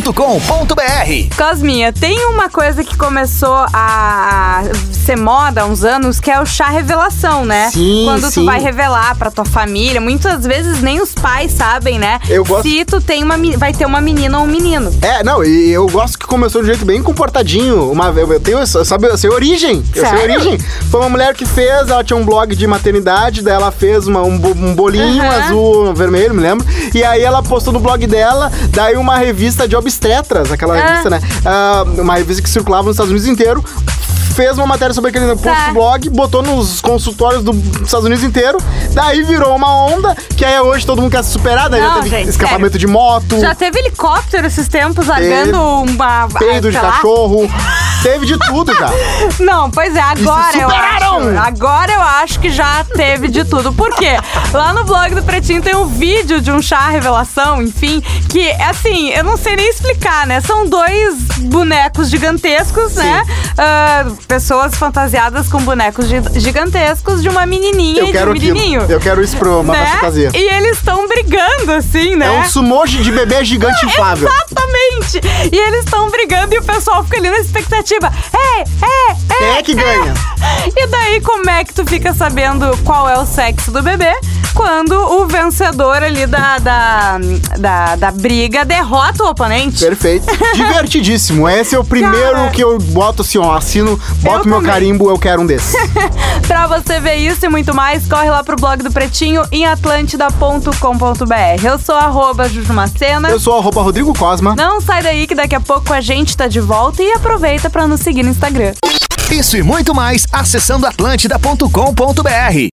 Atlântida.com.br Cosminha, tem uma coisa que começou a ser moda há uns anos, que é o chá revelação, né? Sim, Quando sim. tu vai revelar pra tua família, muitas vezes nem os pais sabem, né? Eu gosto- Se tu tem uma, me- vai ter uma menina ou um menino. É, não, e eu gosto que começou de um jeito bem comportadinho. Uma, eu, eu tenho, essa- sabe, eu sei a origem. Eu sei a Sério? origem. Foi uma mulher que fez, ela tinha um blog de maternidade, daí ela fez uma- um, bo- um bolinho Aham. azul, um vermelho, me lembro. E aí ela postou no blog dela, daí uma revista de obstetras, aquela Ah. revista, né? Ah, uma revista que circulava nos Estados Unidos inteiro. Fez uma matéria sobre aquele post Tá. do blog, botou nos consultórios do- dos Estados Unidos inteiro, daí virou uma onda, que aí hoje todo mundo quer se superar, daí Não, já teve gente, escapamento de moto. Já teve helicóptero esses tempos largando Hum. Teve. uma. peido sei de Ah, tá lá. cachorro. Teve de tudo já. Não, pois é, agora eu acho. superaram! Agora eu acho que já teve de tudo. Por quê? Lá no blog do Pretinho tem um vídeo de um chá revelação, enfim, que assim, eu não sei nem explicar, né? São dois bonecos gigantescos, né? Ah, pessoas fantasiadas com bonecos gi- gigantescos de uma menininha e Eu de um quero aquilo. menininho. Eu quero isso pra uma né? fantasia. E eles estão brigando, assim, né? É um sumoji de bebê gigante inflável. Exatamente! E eles estão brigando e o pessoal fica ali na expectativa. É, é, é! Quem é que ganha? E daí, como é que tu fica sabendo qual é o sexo do bebê? Quando o vencedor ali da, da, da, da briga derrota o oponente. Perfeito. Divertidíssimo. Esse é o primeiro Cara. que eu boto assim, ó, assino, boto Eu meu também. carimbo, eu quero um desses. Pra você ver isso e muito mais, corre lá pro blog do Pretinho em atlântida.com.br. Eu sou arroba Jujumacena. Eu sou arroba Rodrigo Cosma. Não sai daí que daqui a pouco a gente tá de volta e aproveita pra nos seguir no Instagram. Isso e muito mais acessando atlântida.com.br